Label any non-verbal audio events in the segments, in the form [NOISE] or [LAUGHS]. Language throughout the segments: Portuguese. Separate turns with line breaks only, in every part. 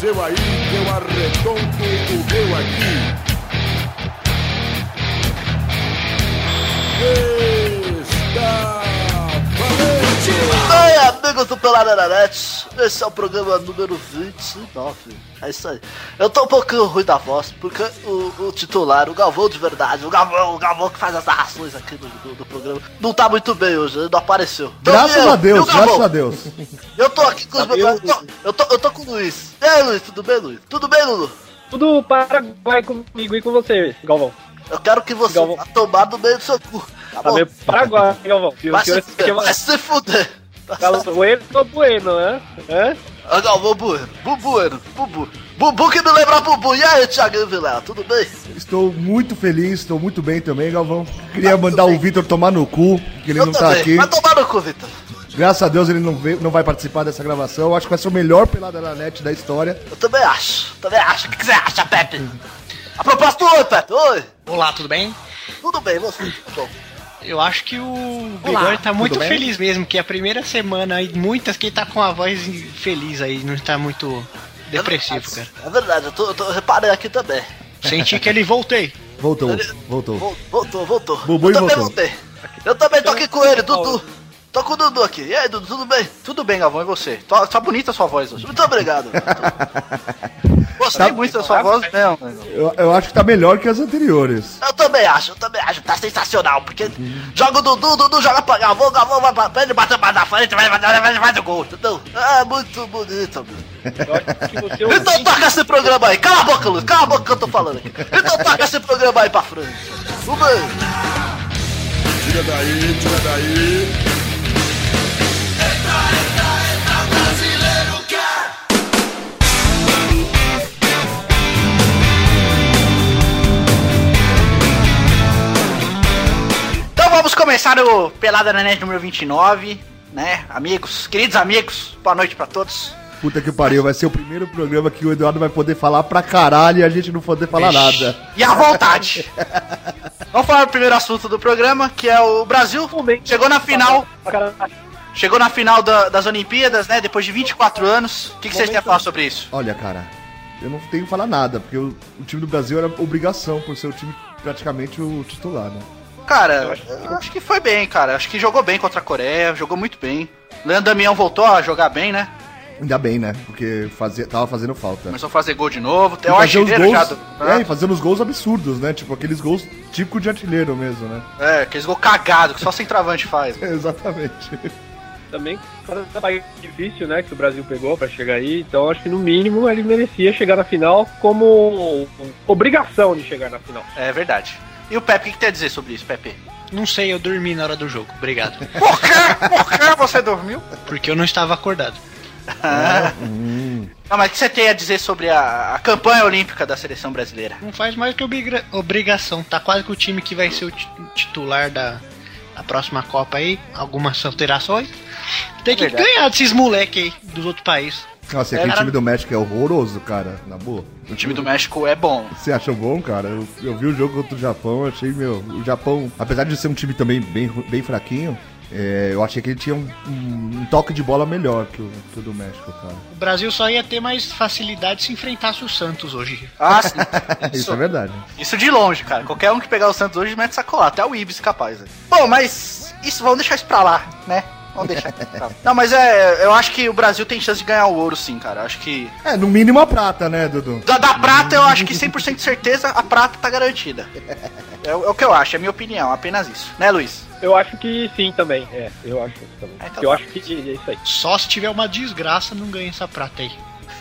seu aí, que eu arredonto o meu aqui. Está valente!
Oi, amigos do Pelada na Net. Esse é o programa número 29. É isso aí. Eu tô um pouquinho ruim da voz, porque o, o titular, o Galvão de verdade, o Galvão, o Galvão que faz as narrações aqui do, do- do programa, não tá muito bem hoje, ele não apareceu. Então,
Graças
eu-
a Deus,
eu, Galvão,
graças a Deus.
Eu tô aqui
Tá
com os meus. não, Eu tô, eu tô com o Luiz. E aí, Luiz, tudo bem, Luiz? Tudo bem, Lulu?
Tudo Paraguai comigo e com você, Galvão.
Eu quero que você
Galvão.
vá tomar no meio do seu cu. Tá
Tá
bom?
meio Paraguai, Galvão. E o
Vai se
senhor é se
fuder,
chama
vai se fuder.
Galvoeiro ou Bueno, né? Hã?
Ah, Galvão Bueno, Bubueno, Bubu. Bubu que me lembra Bubu. E aí, Thiago Vilela, tudo bem?
Estou muito feliz, estou muito bem também, Galvão. Queria
Tá
mandar
tudo bem.
o Vitor tomar no cu, que ele
eu
não tá
também.
aqui.
Vai tomar no cu, Vitor.
Graças a Deus ele não, veio, não vai participar dessa gravação. Eu Acho que vai ser o melhor pelada na net da história.
Eu também acho. Também acho. O que que você acha, Pepe? A proposta do oi, Pepe. Oi.
Olá, tudo bem?
Tudo bem, você? Tudo bom.
Eu acho que o Gregório tá muito feliz mesmo, que é a primeira semana aí, muitas que ele tá com a voz feliz aí, não tá muito depressivo,
[LAUGHS]
cara.
É verdade, eu, tô, eu, tô, eu reparei aqui também.
Senti que ele voltei.
Voltou, voltou.
Vol- Voltou, voltou.
Bubu
eu
e
também
voltou.
voltei. Eu também tô aqui com ele, Dudu. Tô com o Dudu aqui. E aí, Dudu, tudo bem?
Tudo bem, Galvão, e você? Tá, tá bonita a sua voz hoje.
Muito obrigado.
[LAUGHS]
Gostei muito da sua voz mesmo.
né?
Galvão.
Eu, eu acho que tá melhor que as anteriores.
Eu também acho, eu também acho. Tá sensacional, porque joga o Dudu, o Dudu joga pra Galvão, o Galvão vai pra frente, bate pra na frente, vai, vai, vai, vai, vai do gol, entendeu? Ah, muito bonito, meu.
Eu acho que você é um
Então toca esse programa aí. Cala a boca, Luiz. Cala a boca que eu tô falando aqui. Então toca esse programa aí pra frente. Tudo bem.
Tira daí, tira daí.
Então vamos começar o Pelada na Net número 29, né? Amigos, queridos amigos, boa noite pra todos.
Puta que pariu, vai ser o primeiro programa que o Eduardo vai poder falar pra caralho e a gente não poder falar nada.
E
[LAUGHS]
à vontade. vamos falar do primeiro assunto do programa, que é o Brasil. Chegou
um
na final, chegou na final da- das Olimpíadas, né? Depois de 24 anos. O que, que vocês têm a falar sobre isso?
Olha, cara, eu não tenho que falar nada, porque o, o time do Brasil era obrigação por ser o time praticamente o titular, né?
Cara, eu acho que foi bem, cara. Acho que jogou bem contra a Coreia, jogou muito bem. Leandro Damião voltou a jogar bem, né?
Ainda bem, né? Porque fazia, tava fazendo falta.
Começou a É. fazer gol de novo. Tem
E
um
fazer os
artilheiro né?
gols,
já. Do...
é, e fazendo os gols absurdos, né? Tipo, aqueles gols típico de artilheiro mesmo, né? [LAUGHS]
É, aqueles gol cagado que só centroavante faz.
Exatamente.
também cara, tá mais difícil, né, que o Brasil pegou pra chegar aí. Então acho que no mínimo ele merecia chegar na final como obrigação de chegar na final.
É verdade. E o Pepe, o que, que tem a dizer sobre isso, Pepe?
Não sei, eu dormi na hora do jogo, obrigado.
Por que? Por que você dormiu?
Porque eu não estava acordado.
Não, mas o que você tem a dizer sobre a, a campanha olímpica da seleção brasileira?
Não faz mais que obriga- obrigação, tá quase que o time que vai ser o ti- titular da, da próxima Copa aí, algumas alterações. Tem que
Verdade.
ganhar desses moleque aí, dos outros países.
Nossa, e aquele
Era-
time do México é horroroso, cara. Na boa.
O time do México é [LAUGHS] bom.
Você achou bom, cara? Eu, eu vi o jogo contra o Japão, achei, meu, o Japão, apesar de ser um time também bem, ru- bem fraquinho, é, eu achei que ele tinha um, um- um toque de bola melhor que o, que o do México, cara.
O Brasil só ia ter mais facilidade se enfrentasse o Santos hoje.
Ah, sim.
Isso é verdade.
Isso de longe, cara. Qualquer um que pegar o Santos hoje mete sacolar, até o Ibis capaz. Né? Bom, mas isso vamos deixar isso pra lá, né? Vamos deixar. isso [LAUGHS] pra lá. Não, mas é, eu acho que o Brasil tem chance de ganhar o ouro, sim, cara. Acho que
É, no mínimo a prata, né, Dudu?
da, da prata eu acho que 100% de certeza a prata tá [LAUGHS] garantida. É, o é o que eu acho, é a minha opinião, apenas isso, né, Luiz?
Eu acho que sim também. É, eu acho isso também.
Ah, então
eu
tá.
acho que é isso aí.
Só se tiver uma desgraça, não ganha essa prata aí.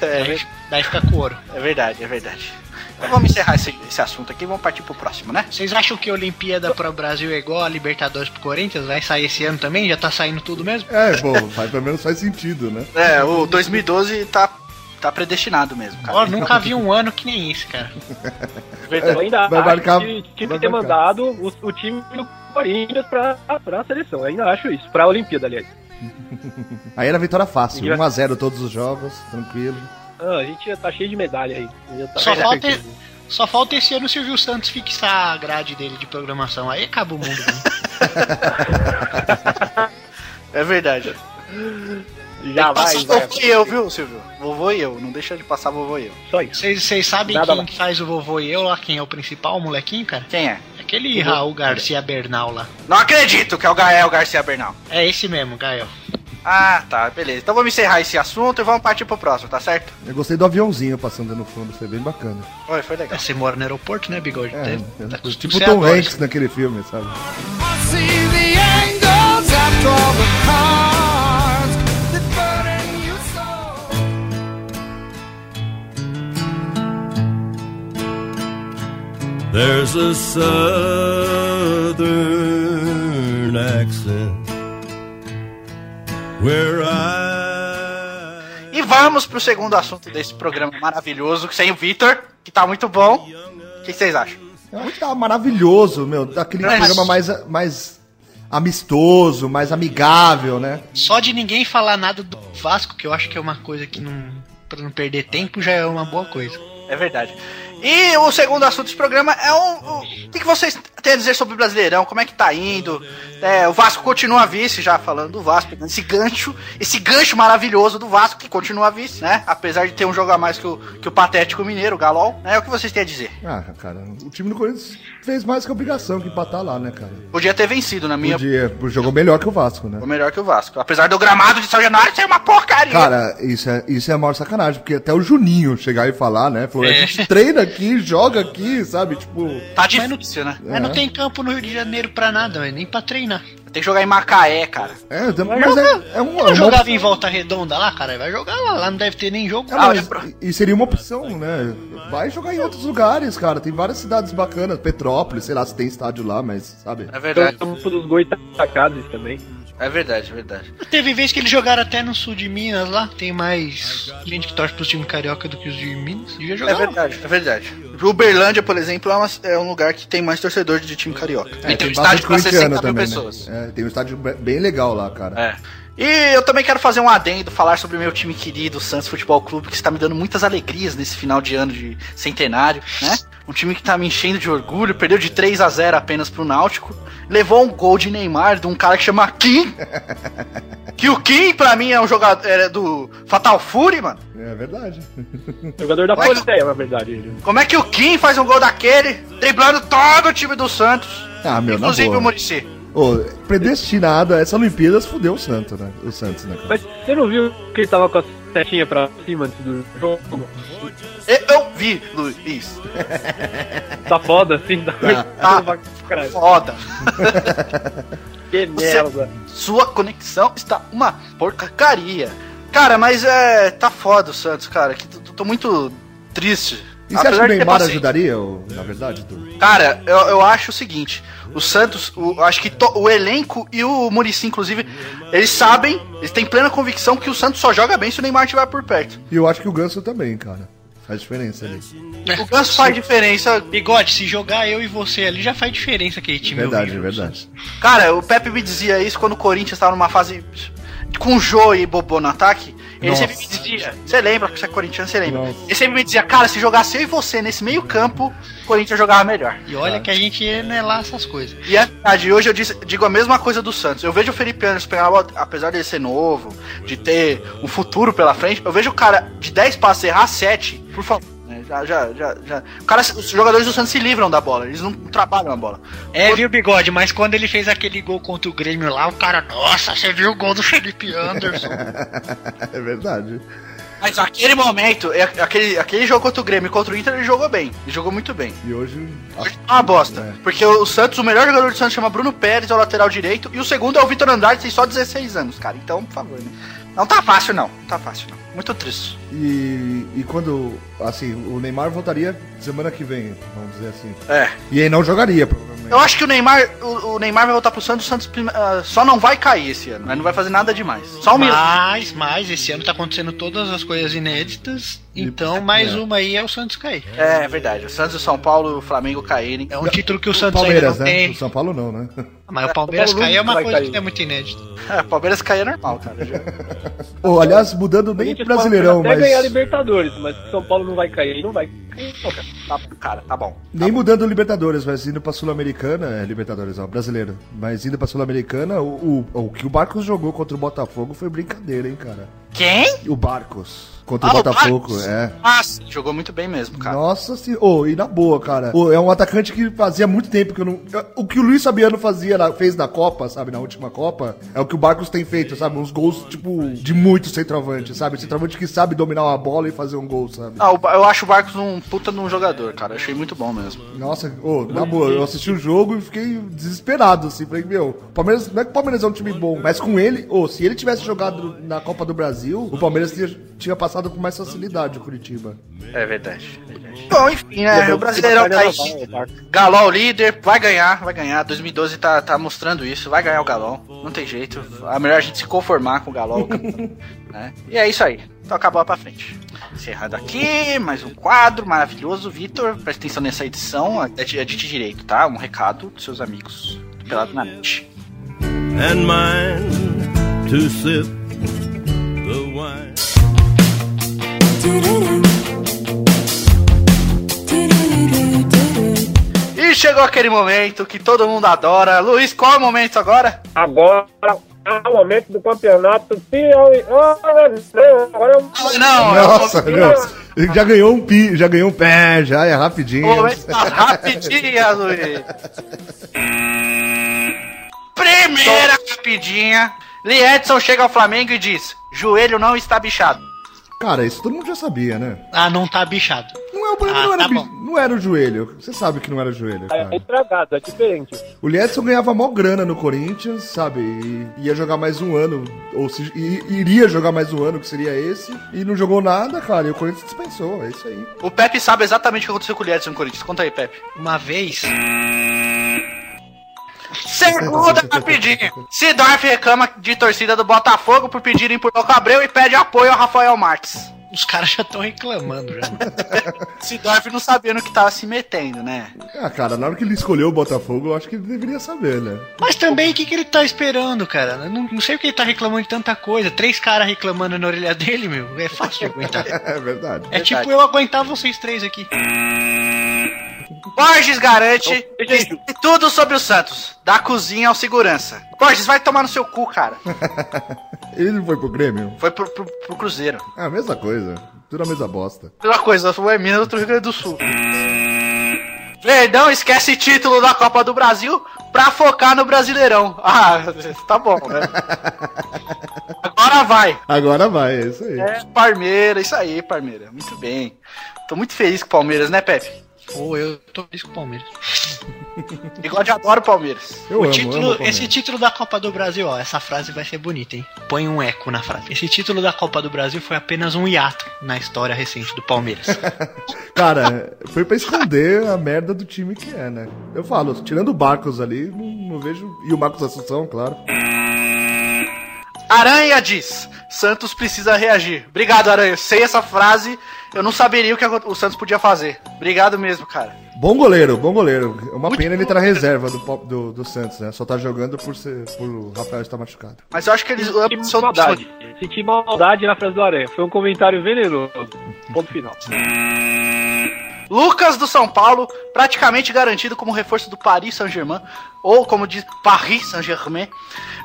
É,
Daí, daí fica com ouro.
é verdade, é verdade. Então vamos encerrar esse, esse assunto aqui, vamos partir pro próximo, né?
Vocês acham que a Olimpíada para o Brasil é igual a Libertadores pro Corinthians? Vai sair esse ano também? Já tá saindo tudo mesmo?
É, bom, faz, pelo menos faz sentido, né?
É, o 2012 tá, tá predestinado mesmo, cara.
Ó, nunca vi um ano que nem esse, cara.
é
Eu Então, ainda
É, vai
acho
marcar-
que tinha
vai
que ter
marcar.
mandado o, o time do Corinthians pra, pra seleção. Eu ainda acho isso. Pra Olimpíada, aliás.
Aí era vitória fácil,
Engra-
1x0 todos os jogos, tranquilo.
Ah, a gente já tá cheio de medalha aí. Já tá-
Só
já
falta-
perdido.
Só falta esse ano o Silvio Santos fixar a grade dele de programação. Aí acaba o [LAUGHS] mundo. né?
É verdade.
Já vai,
Passa
vai.
vovô e eu, viu, Silvio? Vovô e eu. Não deixa de passar vovô e eu.
Só isso.
Vocês vocês sabem
Nada
quem
lá.
que faz o vovô e eu lá? Quem é o principal, o molequinho, cara?
Quem é?
Aquele Raul Garcia Bernal lá.
Não acredito que é o Gael Garcia Bernal.
É esse mesmo, Gael.
Ah, tá, beleza. Então vamos encerrar esse assunto e vamos partir pro próximo, tá certo?
Eu gostei do aviãozinho passando no fundo, foi bem bacana.
Foi, foi legal.
Você mora no aeroporto, né, Bigode?
É,
Tá- tá-
tipo
você
Tom
adora
Hanks naquele filme, sabe?
There's a southern accent where I
E vamos pro segundo assunto desse programa maravilhoso, que sem o Vitor, que tá muito bom. O que vocês acham?
Eu acho que tava maravilhoso, meu. Aquele
Mas-
programa mais, mais amistoso, mais amigável, né?
Só de ninguém falar nada do Vasco, que eu acho que é uma coisa que não. Pra não perder tempo já é uma boa coisa.
É verdade. E o segundo assunto desse programa é o. O o que, que vocês têm a dizer sobre o Brasileirão? Como é que tá indo? É, o Vasco continua vice, já falando do Vasco, pegando esse gancho, esse gancho maravilhoso do Vasco, que continua vice, né? Apesar de ter um jogo a mais que o, que o Patético Mineiro, o Galol, né? O que vocês têm a dizer?
Ah, cara, o time do Corinthians fez mais que obrigação que empatar lá, né, cara?
Podia ter vencido, na minha
Podia, jogou melhor que o Vasco, né?
Ou melhor que o Vasco. Apesar do gramado de São Januário ser uma porcaria.
Cara, isso é, isso é a maior sacanagem, porque até o Juninho chegar e falar, né? Falou,
É.
a gente treina aqui, joga aqui, sabe? Tipo,
tá difícil,
É.
né?
Mas não tem campo no Rio de Janeiro pra nada, né? nem pra treinar.
Tem que jogar em Macaé, cara.
é, mas é, é um.
Eu
É uma,
jogava em volta redonda lá, cara. Vai jogar lá, lá não deve ter nem jogo.
é,
Ah,
mas, e seria uma opção, né? Vai jogar em outros lugares, cara. Tem várias cidades bacanas, Petrópolis, sei lá se tem estádio lá, mas,
É
sabe?
Então, o
verdade,
campo dos gols tá atacado também.
é verdade, é verdade.
Ah, Teve vez que eles jogaram até no sul de Minas lá. Tem mais gente que torce pro time carioca do que os de Minas. Devia jogar
É
lá.
verdade, é verdade. Uberlândia, por exemplo, é, uma- é um lugar que tem mais torcedores de time carioca.
É,
e tem um estádio pra 60 mil pessoas.
né? É, tem um estádio be- bem legal lá, cara.
É. E eu também quero fazer um adendo, falar sobre o meu time querido, o Santos Futebol Clube, que está me dando muitas alegrias nesse final de ano de centenário, né? Um time que tá me enchendo de orgulho, perdeu de 3 a 0 apenas pro Náutico, levou um gol de Neymar de um cara que chama [LAUGHS] Kim. que o Kim, pra mim, é um jogador é do Fatal Fury, mano.
É verdade.
Jogador da
Vai.
Politéia, na verdade. ele.
Como é que o Kim faz um gol daquele, driblando todo o time do Santos,
Ah, meu, na
inclusive o
boa.
Murici?
Ô, predestinado a essa Olimpíadas, fudeu o Santos, né? O Santos, né, cara?
Mas você não viu que ele tava com a setinha pra cima antes do jogo?
Eu vi, Luiz.
Tá foda assim?
Ah,
Tá,
Tá.
Cara,
Foda.
que
é
merda.
Sua conexão está uma porcaria. Cara, mas é. Tá foda o Santos, cara. Que t- t- tô muito triste.
E você acha que o
de ter
Neymar
paciência.
ajudaria, ô, na verdade, tu?
Cara, eu, eu acho o seguinte: o Santos, o- eu acho que to- o elenco e o Murici, inclusive, eles sabem, eles têm plena convicção que o Santos só joga bem se o Neymar estiver por perto.
E eu acho que o Ganso também, cara. Faz diferença ali.
O Ganso faz diferença.
Bigode, se jogar eu e você ali já faz diferença aquele time.
Verdade,
horrível.
verdade.
Cara, o Pepe me dizia isso quando o Corinthians tava numa fase com Jô e Bobô no ataque. Ele
Nossa.
sempre me dizia, você lembra, que você é corintiano, você lembra.
Nossa.
Ele sempre me dizia, cara, se jogasse eu e você nesse meio campo, o Corinthians jogava melhor.
E olha que a gente não é lá essas coisas.
E é verdade, hoje eu disse- digo a mesma coisa do Santos. Eu vejo o Felipe Anderson pegar a bola, apesar dele ser novo, de ter um futuro pela frente, eu vejo o cara de 10 passos errar 7, por favor. né? Já, já, já, já. O cara, os jogadores do Santos se livram da bola, eles não trabalham a bola.
É, viu, Bigode? Mas quando ele fez aquele gol contra o Grêmio lá, o cara, nossa, você viu o gol do Felipe Anderson.
[LAUGHS] É verdade.
Mas aquele momento, é- aquele, aquele jogo contra o Grêmio e contra o Inter, ele jogou bem. Ele jogou muito bem.
E hoje. é.
Hoje tá uma bosta. Porque o Santos, o melhor jogador do Santos chama Bruno Pérez, é o lateral direito, e o segundo é o Vitor Andrade, tem só 16 anos, cara. Então, por favor, né? Não tá fácil, não. Não tá fácil, não. Muito triste.
E, e quando. Assim, o Neymar voltaria semana que vem, vamos dizer assim.
É.
E aí não jogaria, provavelmente.
Eu acho que o Neymar, o, o Neymar vai voltar pro Santos, o Santos prime- ah, só não vai cair esse ano, mas não vai fazer nada demais. Só um milagre.
mas, mas, esse ano tá acontecendo todas as coisas inéditas. Então, mais
é.
uma aí é o Santos cair.
É, é verdade. O Santos, o São Paulo e o Flamengo caírem.
É um título que o Santos ainda
Palmeiras,
não
né?
tem.
O São Paulo não, né? [LAUGHS]
Mas o Palmeiras
São Paulo
cair é uma
vai
coisa que
cair.
não é muito inédita.
É, o [LAUGHS] Palmeiras cair é normal, [LAUGHS] cara.
Ô, aliás, mudando
A
nem
gente
brasileirão,
pode até
mas.
ganhar a Libertadores, mas se São Paulo não vai cair, não vai cair. não, cara.
Tá bom, cara, tá bom.
Nem mudando Libertadores, mas indo pra Sul-Americana, é Libertadores, ó, brasileiro. Mas indo pra Sul-Americana, o, o, o que o Barcos jogou contra o Botafogo foi brincadeira, hein, cara.
Quem?
O Barcos contra
Ah,
o
o
Botafogo,
Barcos.
é.
Ah, sim, jogou muito bem mesmo, cara.
Nossa senhora. Ô, e na boa, cara. Ô, é um atacante que fazia muito tempo que eu não. O que o Luiz Fabiano fazia na- fez na Copa, sabe? Na última Copa, é o que o Barcos tem feito, sabe? Uns gols, tipo, de muito centroavante, sabe? Centroavante que sabe dominar uma bola e fazer um gol, sabe?
Ah, o Ba- eu acho o Barcos um puta de um jogador, cara. Achei muito bom mesmo.
Nossa, ô, na boa, eu assisti o jogo e fiquei desesperado, assim. Falei, meu, o Palmeiras, não é que o Palmeiras é um time bom, mas com ele, ô, se ele tivesse jogado na Copa do Brasil, o Palmeiras tinha, tinha passado com mais facilidade o Curitiba.
É verdade. Bom, enfim, né? O Brasileirão tá aí.
Carnaval, Barcos.
Galol é o líder, vai ganhar, vai ganhar. 2012 tá, tá mostrando isso, vai ganhar o Galol. Não tem jeito. É melhor a gente se conformar com o [LAUGHS] Galol. né? E é isso aí. Então acabou lá pra frente. Encerrando aqui, mais um quadro maravilhoso. Vitor, presta atenção nessa edição. É de, é de direito, tá? Um recado dos seus amigos. do Pelado na noite.
and mine to sip the wine.
E chegou aquele momento que todo mundo adora. Luiz, qual é o momento agora?
Agora é o momento do campeonato Piauí. Olha, não, agora é o
Ah, Não, é o
Nossa, meu, ele já ganhou um pi, já ganhou um pé, já é rapidinho.
momento das [LAUGHS] rapidinhas, Luiz. Primeira rapidinha. Lee Edson chega ao Flamengo e diz: joelho não está bichado.
Cara, isso todo mundo já sabia, né?
Ah, não tá bichado.
Não, é, o problema
Ah,
não, era,
tá
bi-
bom.
não era o joelho. Você sabe que não era o joelho, cara.
é estragado, é diferente.
O Liedson ganhava mó grana no Corinthians, sabe? E ia jogar mais um ano, ou se, e- iria jogar mais um ano, que seria esse, e não jogou nada, cara. E o Corinthians dispensou, é isso aí.
O Pepe sabe exatamente o que aconteceu com o Lee Edson no Corinthians. Conta aí, Pepe.
Uma vez,
Segunda rapidinha. Sidorf reclama de torcida do Botafogo por pedirem por Louco Abreu e pede apoio ao Rafael Marques.
os caras já estão reclamando já.
Sidorf não sabendo que tava se metendo, né?
Ah, cara, na hora que ele escolheu o Botafogo, eu acho que ele deveria saber, né? [LAUGHS]
Mas também, o que, que ele tá esperando, cara? Eu Não, não sei porque ele tá reclamando de tanta coisa. Três caras reclamando na orelha dele, meu. É fácil de aguentar.
É verdade.
É tipo eu aguentar vocês três aqui.
Borges garante que tudo sobre o Santos, da cozinha ao segurança. Borges, vai tomar no seu cu, cara.
Ele não foi pro Grêmio?
Foi pro, pro- pro Cruzeiro.
É a mesma coisa. Tudo a mesma bosta.
Primeira coisa, o é Minas, outro Rio Grande do Sul. Verdão esquece título da Copa do Brasil pra focar no Brasileirão. [LAUGHS] Ah, tá bom, né? Agora vai.
Agora vai, é isso aí.
Parmeira, isso aí, Parmeira. Muito bem. Tô muito feliz com o Palmeiras, né, Pepe?
Pô, eu tô feliz com o Palmeiras.
Bigode adora o Palmeiras.
Eu
o
amo,
título,
amo o Palmeiras.
esse título da Copa do Brasil, ó, essa frase vai ser bonita, hein? Põe um eco na frase. Esse título da Copa do Brasil foi apenas um hiato na história recente do
[LAUGHS]
Palmeiras.
É Cara, foi pra esconder a merda do time que é, né? Eu falo, tirando o Barcos ali, não, não vejo. E o Marcos Assunção, claro.
Aranha diz: Santos precisa reagir. Obrigado, Aranha. Sei essa frase, eu não saberia o que acon- o Santos podia fazer. Obrigado mesmo, cara.
Bom goleiro, bom goleiro. É uma pena ele tá na reserva do, Pop- do, do Santos, né? Só tá jogando por, ser, por o Rafael estar machucado.
Mas eu acho que eles.
Senti maldade. Senti maldade na frase do Aranha. Foi um comentário venenoso. Ponto final.
Lucas do São Paulo, praticamente garantido como reforço do Paris Saint-Germain, ou como diz Paris Saint-Germain,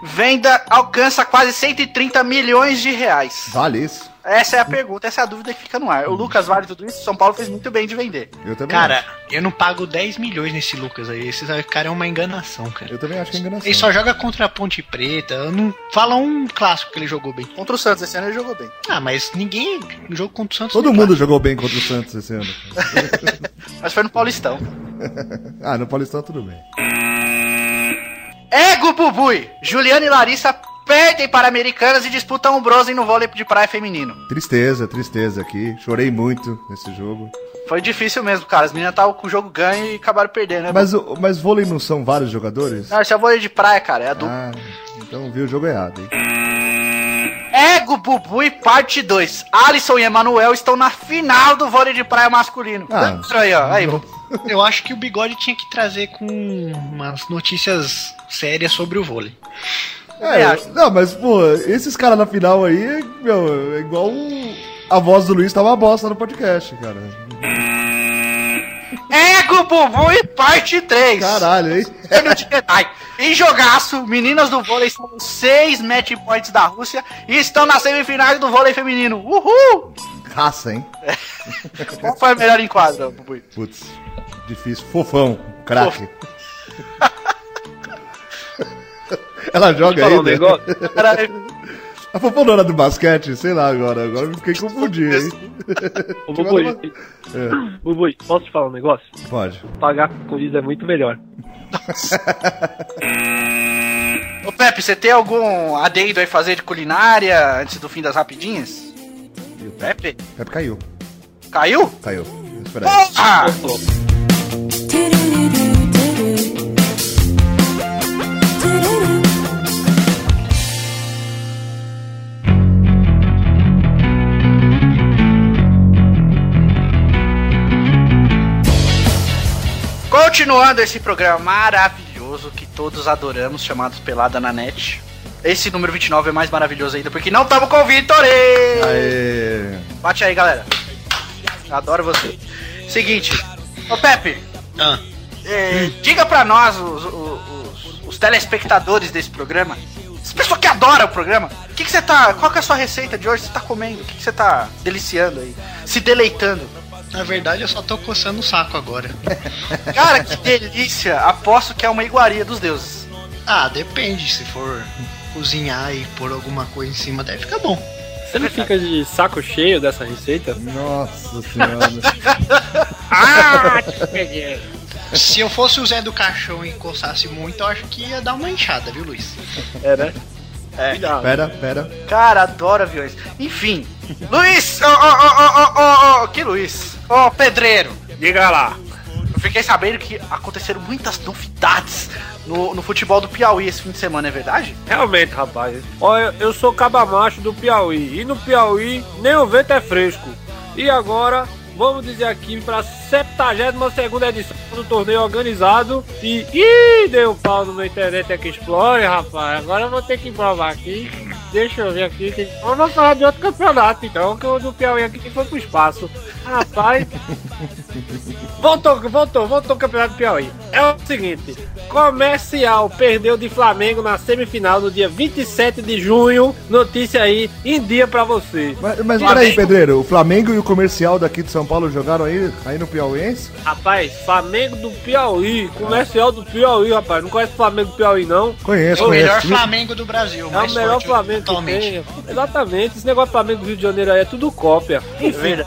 venda alcança quase 130 milhões de reais.
Vale isso.
Essa é a pergunta, essa é a dúvida que fica no ar. O Lucas vale tudo isso? São Paulo fez muito bem de vender.
Eu também
cara,
acho.
eu não pago 10 milhões nesse Lucas aí. Esse cara é uma enganação, cara.
Eu também acho que é enganação.
Ele só joga contra a Ponte Preta. eu Não fala um clássico que ele jogou bem.
Contra o Santos, esse ano ele jogou bem.
Ah, mas ninguém no jogo contra o Santos.
Todo
não
mundo
fala.
jogou bem contra o Santos esse ano.
Mas foi no Paulistão.
Ah, no Paulistão tudo bem.
Ego Bubui! É, Juliana e Larissa perdem para americanas e disputam um bronze no vôlei de praia feminino.
Tristeza, tristeza aqui. Chorei muito nesse jogo.
Foi difícil mesmo, cara. As meninas estavam com o jogo ganho e acabaram perdendo. Né?
Mas, o- mas vôlei não são vários
Tá
jogadores?
Não, esse é vôlei de praia, cara. É adulto.
Ah, então viu o jogo errado, hein?
Ego Bubui É, parte 2. Alisson e Emanuel estão na final do vôlei de praia masculino. Tá
Ah.
Aí, ó. Aí,
Eu acho que o Bigode tinha que trazer com umas notícias sérias sobre o vôlei.
É, não, mas, pô, esses caras na final aí, meu, é igual o- a voz do Luiz tá uma bosta no podcast, cara.
Ego, Bubu e É, parte 3.
Caralho, hein?
Reino de Jedi. Em jogaço, meninas do vôlei são seis match points da Rússia e estão na semifinal do vôlei feminino. Uhul!
[LAUGHS] Raça, hein?
Qual foi a melhor em quadra, Bubu?
Putz, difícil. Fofão, craque. [LAUGHS] Ela joga
Falar um
ainda?
negócio? [LAUGHS]
Caralho,
A Fofão não era do basquete? Sei lá agora, agora eu me fiquei confundido, hein?
Ô, Bubu, É. Bubu, posso te falar um negócio?
Pode.
Pagar com corrida é muito melhor.
Ô Pepe, você tem algum adendo aí fazer de culinária antes do fim das rapidinhas? Pepe?
Pepe É, caiu,
Caiu? Ah,
caiu. Espera aí.
Porra! Continuando esse programa maravilhoso que todos adoramos, chamados Pelada na Net. Esse número 29 é mais maravilhoso ainda, porque não tamo com o Vitor! Ei!
Aê.
Bate aí, galera. Adoro você. Seguinte, ô Pepe,
Ah.
eh, diga pra nós, os, os- os telespectadores desse programa, as pessoas que adoram o programa, o que, que você tá. Qual que é a sua receita de hoje? Você tá comendo? O que, que você tá deliciando aí? Se deleitando.
Na verdade, eu só tô coçando o saco agora.
Cara, que delícia! Aposto que é uma iguaria dos deuses.
Ah, depende. Se for cozinhar e pôr alguma coisa em cima, deve ficar bom.
Você não fica de saco cheio dessa receita?
Nossa senhora.
Se eu fosse o Zé do Caixão e coçasse muito, eu acho que ia dar uma enxada, viu, Luiz?
É, né?
Pera, pera.
Cara, adoro aviões. Enfim, Luiz! Ô, ô, ô, ô, ô, ô, ô, que Luiz? Ô, pedreiro!
Diga lá.
Eu fiquei sabendo que aconteceram muitas novidades no, no futebol do Piauí esse fim de semana, é verdade?
Realmente, rapaz. Olha, eu sou cabamacho do Piauí. E no Piauí, nem o vento é fresco. E agora, vamos dizer aqui para 72 edição do torneio organizado. E. Ih, deu um pau no meu internet aqui, explore, rapaz. Agora eu vou ter que provar aqui. Deixa eu ver aqui. que- Vamos falar de outro campeonato, então, que o do Piauí aqui foi pro espaço. Rapaz. Voltou, voltou, voltou o Campeonato do Piauí. É o seguinte: Comercial perdeu de Flamengo na semifinal no dia 27 de junho. Notícia aí em dia pra você.
Mas, mas peraí, Pedreiro, o Flamengo e o comercial daqui de São Paulo jogaram aí, aí no Piauiense?
Rapaz, Flamengo do Piauí, Comercial do Piauí, rapaz. Não conhece Flamengo do Piauí, não?
Conheço,
É o melhor
conheço.
Flamengo do Brasil.
É o
mais
melhor
forte,
Flamengo
totalmente.
que tem. Exatamente. Esse negócio do Flamengo do Rio de Janeiro aí é tudo cópia. Enfim.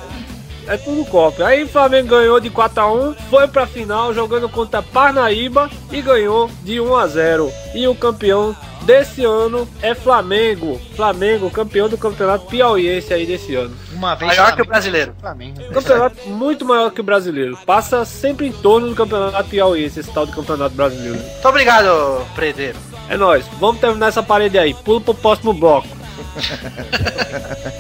É tudo cópia. Aí o Flamengo ganhou de 4x1, foi pra final jogando contra Parnaíba e ganhou de 1x0. E o campeão desse ano é Flamengo. Flamengo, campeão do campeonato piauiense aí desse ano.
Uma vez
Maior que o
Flamengo,
brasileiro.
Flamengo.
Campeonato muito maior que o brasileiro. Passa sempre em torno do campeonato piauiense, esse tal de campeonato brasileiro.
Muito obrigado, Predeiro.
É nóis, vamos terminar essa parede aí. Pulo pro próximo bloco.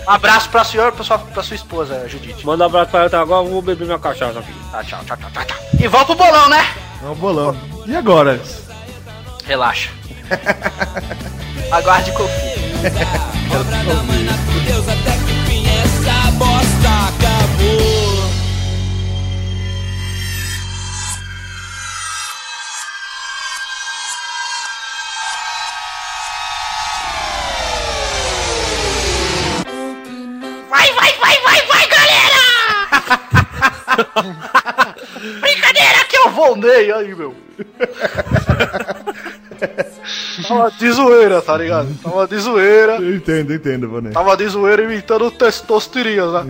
Um abraço pra senhor e pra sua, pra sua esposa, Judite.
Manda um abraço pra ela, tá? agora eu vou beber minha cachaça aqui.
Tá, tchau, tchau, tchau, tchau, tchau. E volta o bolão, né?
É um bolão. E agora?
Relaxa. Aguarde e confie. Vai, vai, vai, vai, vai, galera! Brincadeira que eu voltei aí, meu. Tava de zoeira, tá ligado? Tava de zoeira.
Eu entendo, eu entendo, Vanessa.
Tava de zoeira imitando testosterinhas, né?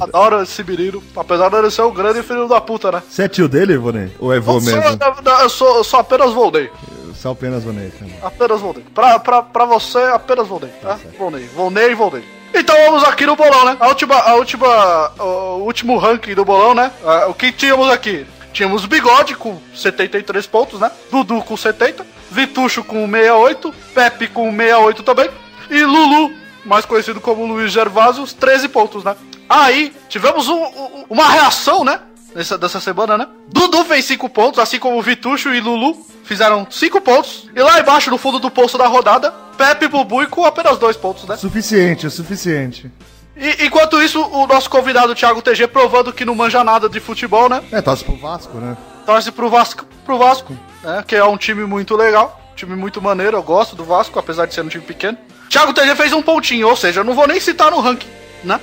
Adoro esse menino. Apesar de ele ser um grande filho da puta, né?
Você é tio dele, Vonê? Ou é vô
Eu sou,
mesmo?
na- na- eu sou, eu sou apenas Volney.
Só apenas Vonê, cara.
Apenas Volney. Pra, pra, pra você, apenas Volney, tá? Volney. Volney e Volney. Então vamos aqui no bolão, né? A última, a última, o último ranking do bolão, né? Ah, O que tínhamos aqui? Tínhamos Bigode com 73 pontos, né? Dudu com 70, Vitucho com 68, Pepe com 68 também e Lulu, mais conhecido como Luiz Gervásio, 13 pontos, né? Aí tivemos um- um- uma um, reação, né? nessa, dessa semana, né? Dudu fez 5 pontos, assim como Vitucho e Lulu fizeram 5 pontos. E lá embaixo, no fundo do poço da rodada, Pepe e Bubu e com apenas 2 pontos, né?
Suficiente, é suficiente.
E, enquanto isso, o nosso convidado Thiago TG provando que não manja nada de futebol, né?
É, torce pro Vasco, né?
Torce pro Vasco, pro Vasco, né? Que é um time muito legal, time muito maneiro, eu gosto do Vasco, apesar de ser um time pequeno. Thiago TG fez um pontinho, ou seja, eu não vou nem citar no ranking, né?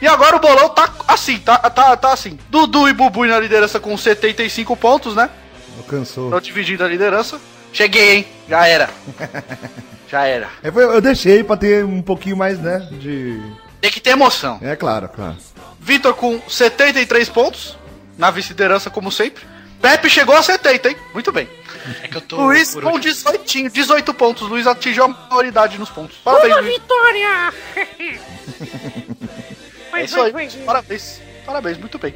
E agora o bolão tá assim, tá, tá, tá assim. Dudu e Bubu na liderança com 75 pontos, né?
Alcançou.
Estão dividindo a liderança. Cheguei, hein? Já era. Já era.
É, foi- Eu deixei pra ter um pouquinho mais, né? De.
Tem que ter emoção.
É claro, claro.
Vitor com 73 pontos, na vice-liderança, como sempre. Pepe chegou a 70, hein? Muito bem.
É que eu tô.
Luiz
por
com
último.
18, 18 pontos. Luiz atingiu a maioridade nos pontos. Parabéns, Luiz. [LAUGHS]
Vitória!
É isso aí. Parabéns. Parabéns, muito bem.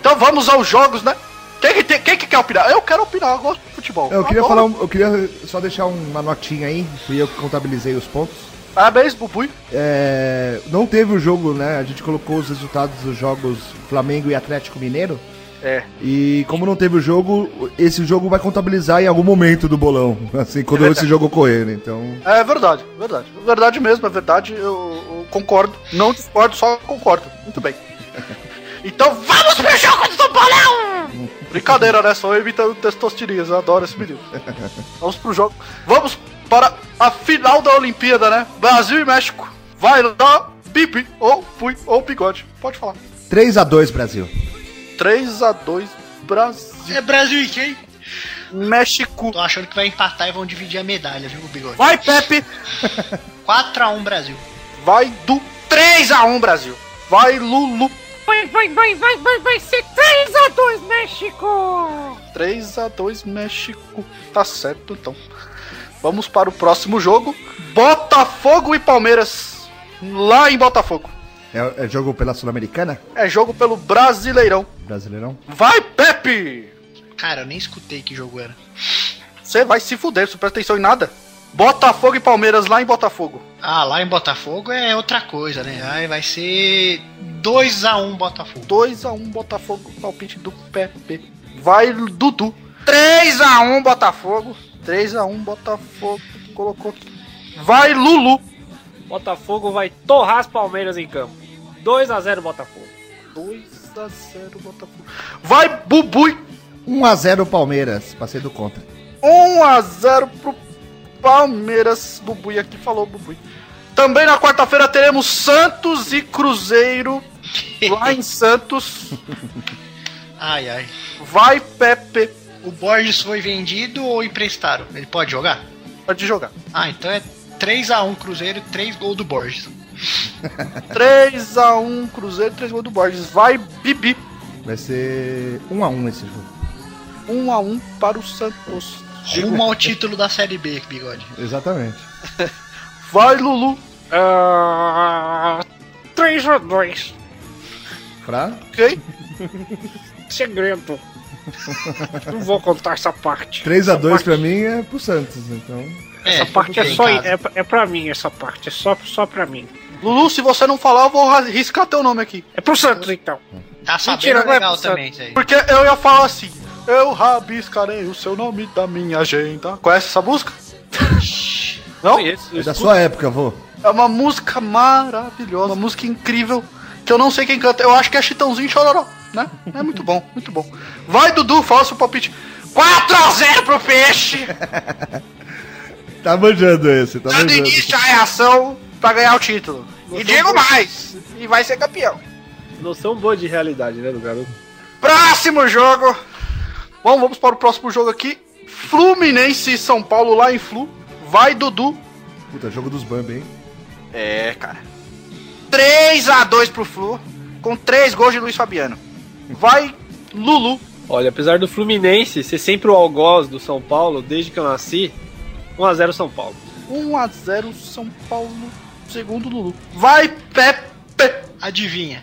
Então vamos aos jogos, né? Quem que, tem- quem que quer opinar? Eu quero opinar, eu gosto de futebol.
Eu queria
Adoro.
falar, um- eu queria só deixar uma notinha aí, fui eu que contabilizei os pontos.
Parabéns, Bubu.
É, não teve o jogo, né? A gente colocou os resultados dos jogos Flamengo e Atlético Mineiro.
É.
E como não teve o jogo, esse jogo vai contabilizar em algum momento do bolão. [LAUGHS] Assim, quando esse jogo ocorrer, né? Então.
É verdade, verdade. Verdade mesmo, é verdade. Eu, eu concordo. Não discordo, só concordo. Muito bem. Então vamos pro jogo do bolão! Brincadeira, né? Só eu imitando testosterinhas. Eu adoro esse menino. Vamos pro jogo. Vamos para a final da Olimpíada, né? Brasil e México. Vai lá, pipi, ou fui, ou bigode. Pode falar.
3x2, Brasil.
3x2, Brasil.
É Brasil e quem?
México.
Tô achando que vai empatar e vão dividir a medalha, viu, bigode?
Vai, Pepe.
4x1 Brasil.
Vai do 3x1, Brasil. Vai, Lulu.
Vai, vai, vai, vai, vai, vai ser 3x2 México!
3 a 2 México. Tá certo, então. Vamos para o próximo jogo. Botafogo e Palmeiras. Lá em Botafogo.
É, é jogo pela Sul-Americana?
É jogo pelo Brasileirão.
Brasileirão?
Vai, Pepe!
Cara, eu nem escutei que jogo era.
Você vai se fuder, você presta atenção em nada. Botafogo e Palmeiras lá em Botafogo.
Ah, lá em Botafogo é outra coisa, né? Ai, vai ser 2x1 Botafogo.
2 a 1 Botafogo, palpite do Pepe. Vai, Dudu. 3 a 1 Botafogo. 3 a 1 Botafogo. Colocou aqui. Vai, Lulu.
Botafogo vai torrar as Palmeiras em campo. 2x0 Botafogo.
2 a 0 Botafogo. Vai, Bubui.
1x0 Palmeiras, passei do contra.
1x0 pro Palmeiras. Bubui aqui falou, Bubui. Também na quarta-feira teremos Santos e Cruzeiro [LAUGHS] lá em Santos.
Ai, ai.
Vai, Pepe.
O Borges foi vendido ou emprestaram? Ele pode jogar?
Pode jogar.
Ah, então é 3x1 Cruzeiro, 3 gols do Borges.
3x1 Cruzeiro, 3 gols do Borges. Vai, Bibi.
Vai ser 1x1 esse jogo.
1x1 para o Santos.
Rumo ao título da Série B, bigode.
Exatamente.
Vai, Lulu.
Ah, 3x2.
Pra
Ok?
Segredo. Não vou contar essa parte.
3x2 pra mim é pro Santos, então.
Essa parte é
tudo bem,
só
cara.
é, é pra mim essa parte, é só, só pra mim.
Lulu, se você não falar, eu vou riscar teu nome aqui.
É pro Santos então.
Tá
Mentira,
sabendo
não é
legal
pro
também isso aí.
Porque eu ia falar assim. Eu rabiscarei o seu nome da minha agenda. Conhece essa música? Não?
Conheço,
É da
escuto.
sua época, vô.
É uma música maravilhosa, uma música incrível, que eu não sei quem canta. Eu acho que é Chitãozinho e Chororó, né? É muito bom, muito bom. Vai, Dudu, faça o palpite. 4x0 pro Peixe!
Tá manjando esse, tá
Dando
manjando.
início à reação pra ganhar o título. E digo mais, e vai ser campeão.
Noção boa de realidade, né, do garoto?
Próximo jogo. Bom, vamos para o próximo jogo aqui. Fluminense e São Paulo lá em Flu. Vai, Dudu.
Puta, jogo dos Bambi, hein?
É, cara. 3x2 pro Flu, com 3 gols de Luiz Fabiano. Vai, Lulu.
Olha, apesar do Fluminense ser sempre o algoz do São Paulo desde que eu nasci, 1x0 São Paulo.
1x0 São Paulo, segundo Lulu. Vai, Pepe!
Adivinha.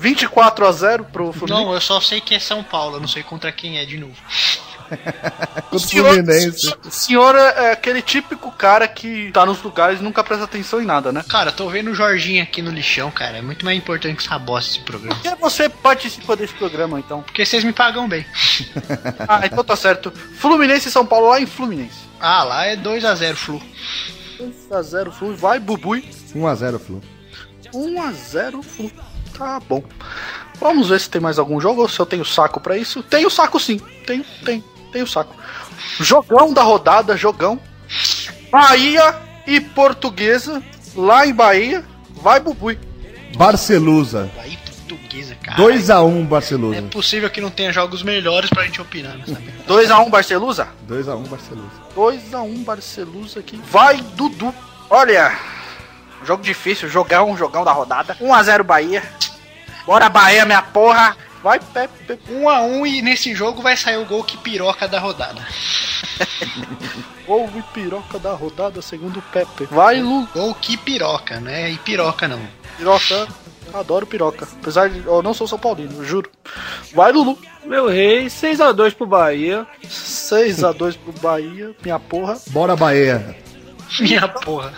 24x0 pro Fluminense.
Não, eu só sei que é São Paulo, eu não sei contra quem é de novo.
Contra o Fluminense.
o senhor é aquele típico cara que tá nos lugares e nunca presta atenção em nada, né?
Cara, tô vendo o Jorginho aqui no lixão, cara. É muito mais importante que essa bosta esse programa.
Por que você participa desse programa, então?
Porque vocês me pagam bem.
Ah, então tá certo. Fluminense e São Paulo lá em Fluminense.
Ah, lá é 2x0 Flu.
2x0 Flu, vai Bubui.
1x0, Flu.
1x0 Flu. Tá bom. Vamos ver se tem mais algum jogo ou se eu tenho saco pra isso. Tenho saco sim. Tenho, tenho, tenho saco. Jogão da rodada, jogão. Bahia e Portuguesa lá em Bahia. Vai Bubui.
Barcelusa.
Aí portuguesa, cara.
2x1,
É
Barcelusa.
possível que não tenha jogos melhores pra gente opinar, não sabe?
2x1 Barcelusa?
2x1, Barcelusa.
2x1 Barcelusa aqui. Vai, Dudu. Olha, jogo difícil, jogão, jogão da rodada. 1x0 Bahia. Bora, Bahia, minha porra. Vai, Pepe.
1x1 e nesse jogo vai sair o gol que piroca da rodada.
Ovo e piroca da rodada, segundo o Pepe. Vai, Lu.
Gol que piroca, né? E piroca não. [LAUGHS]
Piroca. Adoro piroca. Apesar de eu não sou São Paulino, juro. Vai, Lulu.
Meu rei, 6x2 pro Bahia.
6x2 pro Bahia, minha porra.
Bora, Bahia.
Minha porra.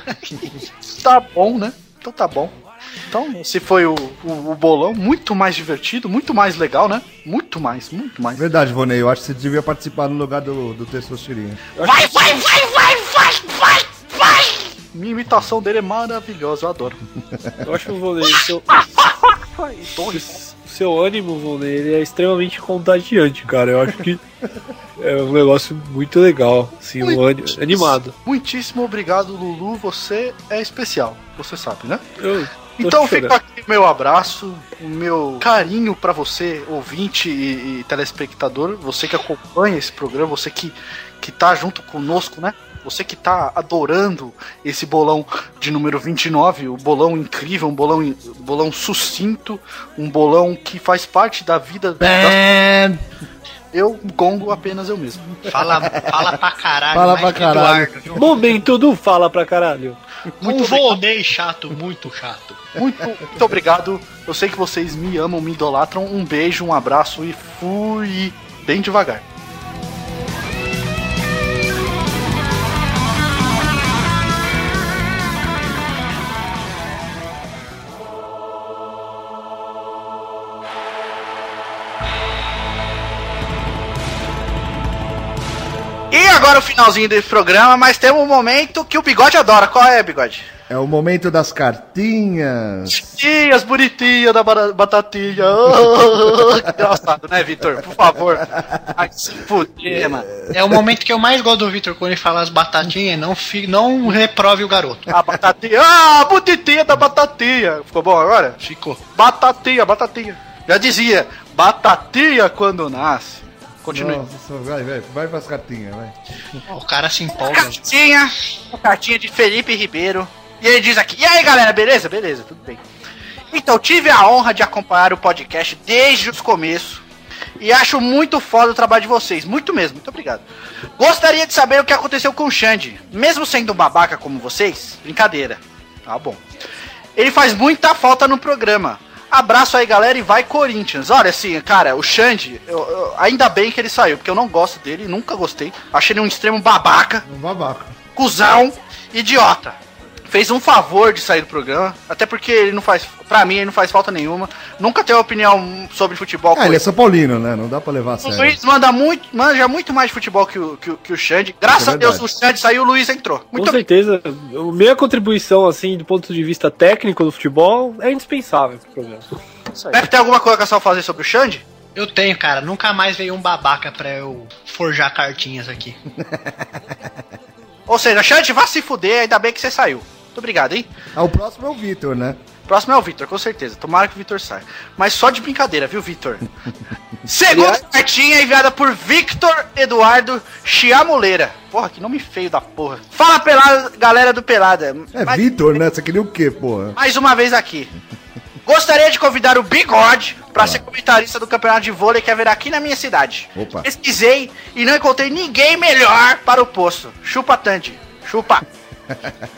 Tá bom, né? Então tá bom. Então, esse foi o, o, o bolão. Muito mais divertido, muito mais legal, né? Muito mais, muito mais.
Verdade, Vonei. Eu acho que você devia participar no lugar do, do Testosterinha.
Vai, vai, vai, vai, vai, vai, vai! Minha imitação dele é maravilhosa, eu adoro.
Eu acho que o Volney, [LAUGHS] seu, seu ânimo, Volney, ele é extremamente contagiante, cara. Eu acho que é um negócio muito legal. Assim, um ânimo, animado.
Muitíssimo obrigado, Lulu. Você é especial, você sabe, né?
Eu tô
Então
chorando.
fica aqui meu abraço, o meu carinho pra você, ouvinte e, e telespectador, você que acompanha esse programa, você que, que tá junto conosco, né? Você que tá adorando esse bolão de número 29, o bolão incrível, um bolão, in- bolão sucinto, um bolão que faz parte da vida da... Eu gongo apenas eu mesmo.
Fala, fala pra caralho.
Fala
mais
pra
que
caralho.
Eduardo, viu?
Momento do fala pra caralho.
Um volnei chato, muito chato.
Muito, [LAUGHS] muito obrigado. Eu sei que vocês me amam, me idolatram. Um beijo, um abraço e fui bem devagar. E agora o finalzinho desse programa, mas temos um momento que o Bigode adora. Qual é, Bigode?
É o momento das cartinhas.
Tias bonitinhas da bara- batatinha. [LAUGHS] Oh, que engraçado, né, Vitor? Por favor. Ai, se fuder, mano.
É o momento que eu mais gosto do Vitor quando ele fala as batatinhas, não, fi- não reprove o garoto.
A batatinha. Ah, bonitinha da batatinha. Ficou bom agora? Ficou. Batatinha, batatinha. Já dizia, batatinha quando nasce. Continue.
Nossa, vai, vai, vai pras cartinhas, vai.
Ó, O cara se empolga.
Cartinha. Cartinha de Felipe Ribeiro. E ele diz aqui: E aí, galera, beleza? Beleza, tudo bem. Então, tive a honra de acompanhar o podcast desde os começos. E acho muito foda o trabalho de vocês. Muito mesmo, muito obrigado. Gostaria de saber o que aconteceu com o Xande. Mesmo sendo um babaca como vocês, brincadeira. Tá bom. Ele faz muita falta no programa. Abraço aí, galera, e vai Corinthians. Olha, assim, cara, o Xande, eu- eu- ainda bem que ele saiu, porque eu não gosto dele, nunca gostei. Achei ele um extremo babaca
Um babaca.
cuzão, idiota. Fez um favor de sair do programa, até porque ele não faz, pra mim, ele não faz falta nenhuma. Nunca tem opinião sobre futebol.
Ah, ele é São Paulino, né? Não dá pra levar a
O
sério.
Luiz manda muito, manja muito mais de futebol que o, que, o- que o Xande. Graças
É
a Deus, o
verdade.
Xande saiu, o Luiz entrou. Muito
Com certeza, a minha contribuição, assim, do ponto de vista técnico do futebol, é indispensável pro programa.
Pepe, tem alguma coisa que a Sal fazer sobre o Xande?
Eu tenho, cara. Nunca mais veio um babaca pra eu forjar cartinhas aqui.
Ou seja, Xande, vá se fuder, ainda bem que você saiu. Muito obrigado, hein?
Ah, o próximo é o Vitor, né?
Próximo é o Vitor, com certeza. Tomara que o Vitor saia. Mas só de brincadeira, viu, Vitor?
[LAUGHS]
Segunda cartinha enviada por Victor Eduardo Chiamoleira. Porra, que nome feio da porra. Fala, pelada, galera do Pelada.
É
mais,
Vitor, né? Você queria o quê, porra?
mais uma vez aqui. Gostaria de convidar o Bigode para ser comentarista do campeonato de vôlei que haverá aqui na minha cidade.
Opa.
Pesquisei e não encontrei ninguém melhor para o posto. Chupa, Tandy. Chupa.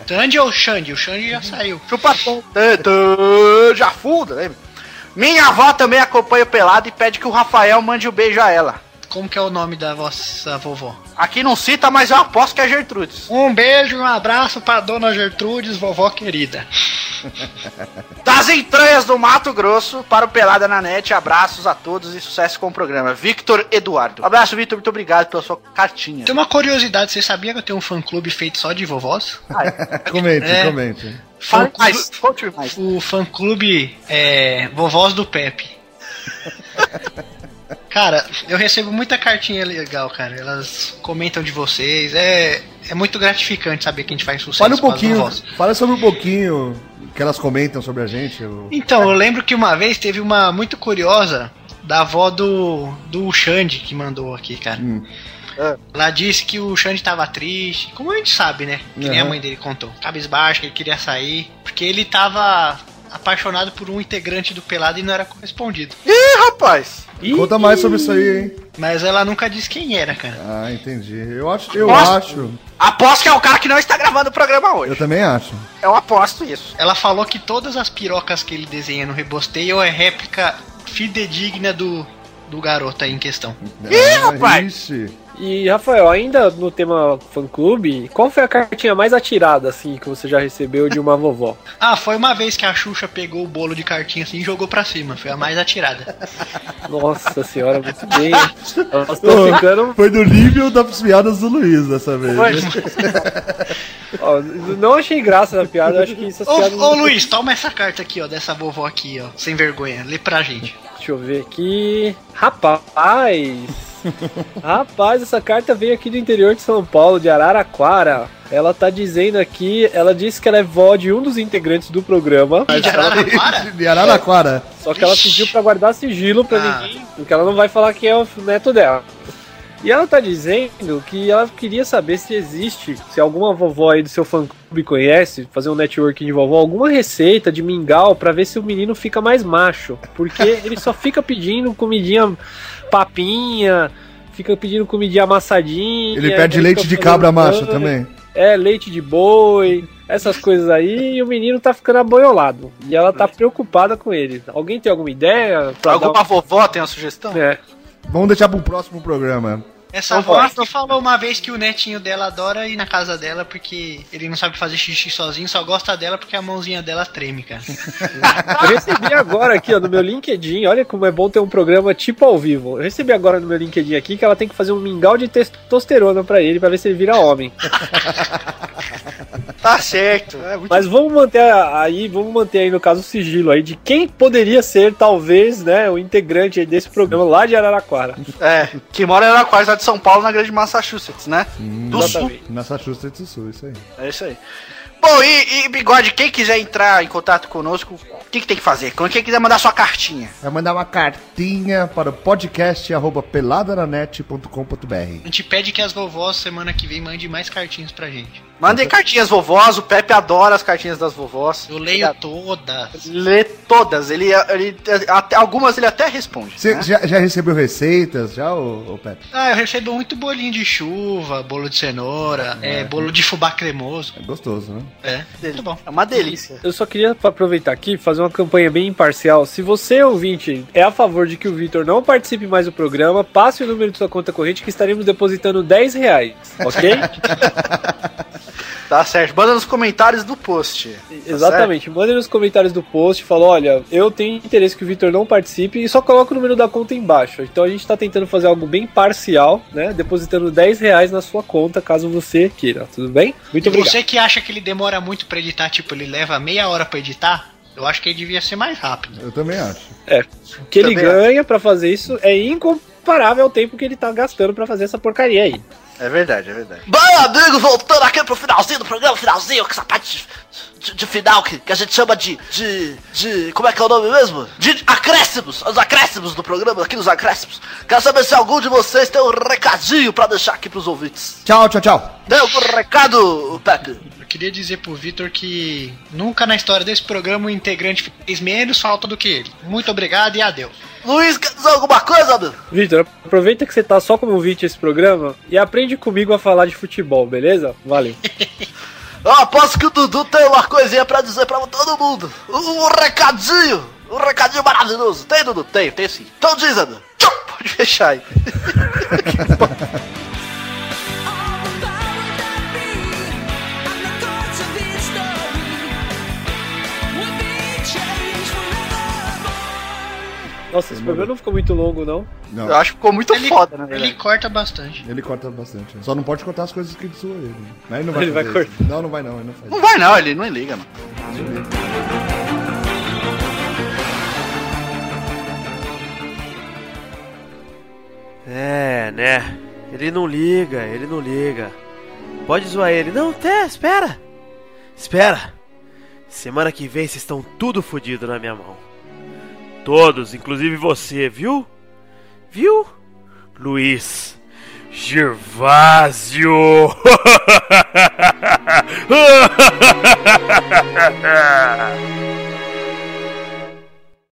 Tandy ou Xande? O Xande já saiu.
Chupa pão. Tã, tã, Já funda, né? Minha avó também acompanha o pelado e pede que o Rafael mande um beijo a ela.
como que é o nome da vossa vovó?
Aqui não cita, mas eu aposto que é Gertrudes.
Um beijo, um abraço pra dona Gertrudes, vovó querida.
Das entranhas do Mato Grosso para o Pelada na Net, abraços a todos e sucesso com o programa. Victor Eduardo. Abraço, Victor, muito obrigado pela sua cartinha.
Tem um uma curiosidade, você sabia que eu tenho um fã clube feito só de vovós?
[LAUGHS] Comente,
É.
comente.
Fã
Fale mais,
clube-
conte mais.
O fã clube é Vovós do Pepe. cara, eu recebo muita cartinha legal, cara. Elas comentam de vocês. É, é muito gratificante saber que a gente faz sucesso.
Fale um
com as
pouquinho,
vovós.
fala sobre um pouquinho que elas comentam sobre a gente. o-
Então, eu lembro que uma vez teve uma muito curiosa da avó do, do Xande que mandou aqui, cara. Ela disse que o Xande tava triste, como a gente sabe, né? Que nem a
Aham.
mãe dele contou. Cabisbaixo, que ele queria sair, porque ele tava apaixonado por um integrante do Pelado e não era correspondido.
Rapaz,
Conta mais sobre isso aí, hein?
Mas ela nunca disse quem era, cara.
Ah, entendi. Eu acho, eu
Nossa.
acho.
aposto que é o cara que não está gravando o programa
Eu
hoje.
também acho.
Eu aposto isso.
Ela falou que todas as pirocas que ele desenha no rebosteio é réplica fidedigna do, do garoto aí em questão.
Ih,
rapaz.
E, Rafael, ainda no tema fã-clube, qual foi a cartinha mais atirada, assim, que você já recebeu de uma
[LAUGHS]
vovó?
Ah, foi uma vez que a Xuxa pegou o bolo de cartinha assim e jogou pra cima. Foi a mais [LAUGHS] atirada.
Nossa senhora, muito
[LAUGHS]
bem. Elas estão ficando.
Foi do nível das piadas do Luiz dessa vez.
ó, não achei graça na piada, eu acho que essas
ô,
piadas.
ô Luiz, toma essa carta aqui, ó, dessa vovó aqui, ó. Sem vergonha. Lê pra gente.
Deixa eu ver aqui. Rapaz! Rapaz, essa carta veio aqui do interior de São Paulo, de Araraquara. Ela tá dizendo aqui, ela disse que ela é vó de um dos integrantes do programa,
Ih, de Araraquara?
De Araraquara.
só que ela pediu pra guardar sigilo pra
Ah.
ninguém, porque ela não vai falar quem é o neto dela. E ela tá dizendo que ela queria saber se existe, se alguma vovó aí do seu fã clube conhece, fazer um networking de vovó, alguma receita de mingau pra ver se o menino fica mais macho. Porque ele só fica pedindo comidinha papinha, fica pedindo comidinha amassadinha.
Ele perde
aí
leite
é, fica
de
fazendo
cabra macho
banho,
também.
É, leite de boi, essas coisas aí, e o menino tá ficando aboiolado. E ela tá preocupada com ele. Alguém tem alguma ideia? Pra dar
Alguma vovó tem uma sugestão?
um- É.
Vamos deixar pro próximo programa.
Essa vovó que falou uma vez que o netinho dela adora ir na casa dela porque ele não sabe fazer xixi sozinho, só gosta dela porque a mãozinha dela treme, cara.
Eu recebi agora aqui, ó, no meu LinkedIn. Olha como é bom ter um programa tipo ao vivo. Eu recebi agora no meu LinkedIn aqui que ela tem que fazer um mingau de testosterona pra ele, pra ver se ele vira homem.
Tá certo.
Mas vamos manter aí, vamos manter aí no caso o sigilo aí de quem poderia ser, talvez, né, o integrante aí desse programa lá de Araraquara.
É, que mora em Araquara, lá de São Paulo, na grande Massachusetts, né? Do Sul.
Exatamente.
Massachusetts do Sul, isso aí.
É isso aí. Bom, e, e, Bigode, quem quiser entrar em contato conosco, o que, que tem que fazer? Quem quiser mandar sua cartinha?
Vai mandar uma cartinha para o podcast arroba
A
peladananet.com.br.
gente pede que as vovós semana que vem mandem mais cartinhas pra gente.
Mandem cartinhas vovós, o Pepe adora as cartinhas das vovós.
Eu leio todas.
Lê todas, ele, ele até, algumas ele até responde.
Você
né?
já, já recebeu receitas, já, ô, ô Pepe?
Ah, eu recebo muito bolinho de chuva, bolo de cenoura, é, bolo de fubá cremoso.
É gostoso, né?
É, muito bom.
É uma delícia.
Eu só queria aproveitar aqui e fazer uma campanha bem imparcial. Se você, ouvinte, é a favor de que o Vitor não participe mais do programa, passe o número de sua conta corrente que estaremos depositando 10 reais,
[LAUGHS]
ok?
Tá certo, manda nos comentários do post.
Exatamente. Mandem nos comentários do post, fala, olha, eu tenho interesse que o Vitor não participe e só coloca o número da conta embaixo. Então a gente tá tentando fazer algo bem parcial, né? Depositando 10 reais na sua conta, caso você queira, tudo bem? Muito
E
obrigado.
você que acha que ele demora muito pra editar, tipo, ele leva meia hora pra editar, eu acho que ele devia ser mais rápido.
Eu também acho.
O que ele
Também
né?
ganha pra fazer isso é incomparável ao tempo que ele tá gastando pra fazer essa porcaria aí.
É verdade, é verdade.
Bem, amigos, voltando aqui pro finalzinho do programa, finalzinho, com essa parte de, de final que, que a gente chama de, de. de. como é que é o nome mesmo? De acréscimos, os acréscimos do programa, aqui nos acréscimos. Quero saber se algum de vocês tem um recadinho pra deixar aqui pros ouvintes.
Tchau, tchau, tchau.
Tem algum recado, Pepe?
Eu queria dizer pro Vitor que nunca na história desse programa um integrante fez menos falta do que ele. Muito obrigado e adeus.
Luiz, quer dizer alguma coisa, amigo?
Vitor, aproveita que você tá só como ouvinte esse programa e aprende comigo a falar de futebol, beleza? Valeu.
Eu aposto que o Dudu tem uma coisinha pra dizer pra todo mundo. Um, um recadinho, um recadinho maravilhoso. Tem, Dudu? Tem, tem sim. Então diz, amigo. Tchau!
Pode fechar aí.
[LAUGHS]
Nossa, esse programa não ficou muito longo, não.
Não,
Eu acho que ficou muito
Ele-
foda, né,
Ele
velho?
corta bastante.
ele corta bastante. né? Só não pode cortar as coisas que zoam ele. né? Mas ele não vai
Ele vai
fazer isso. Não, não vai não, ele não faz.
Não vai não, ele não liga, mano.
É, né? Ele não liga, ele não liga. Pode zoar ele. Não, até, espera. Espera. Semana que vem vocês estão tudo fodido na minha mão. Todos, inclusive você, viu? Viu? Luiz. Gervásio. [LAUGHS]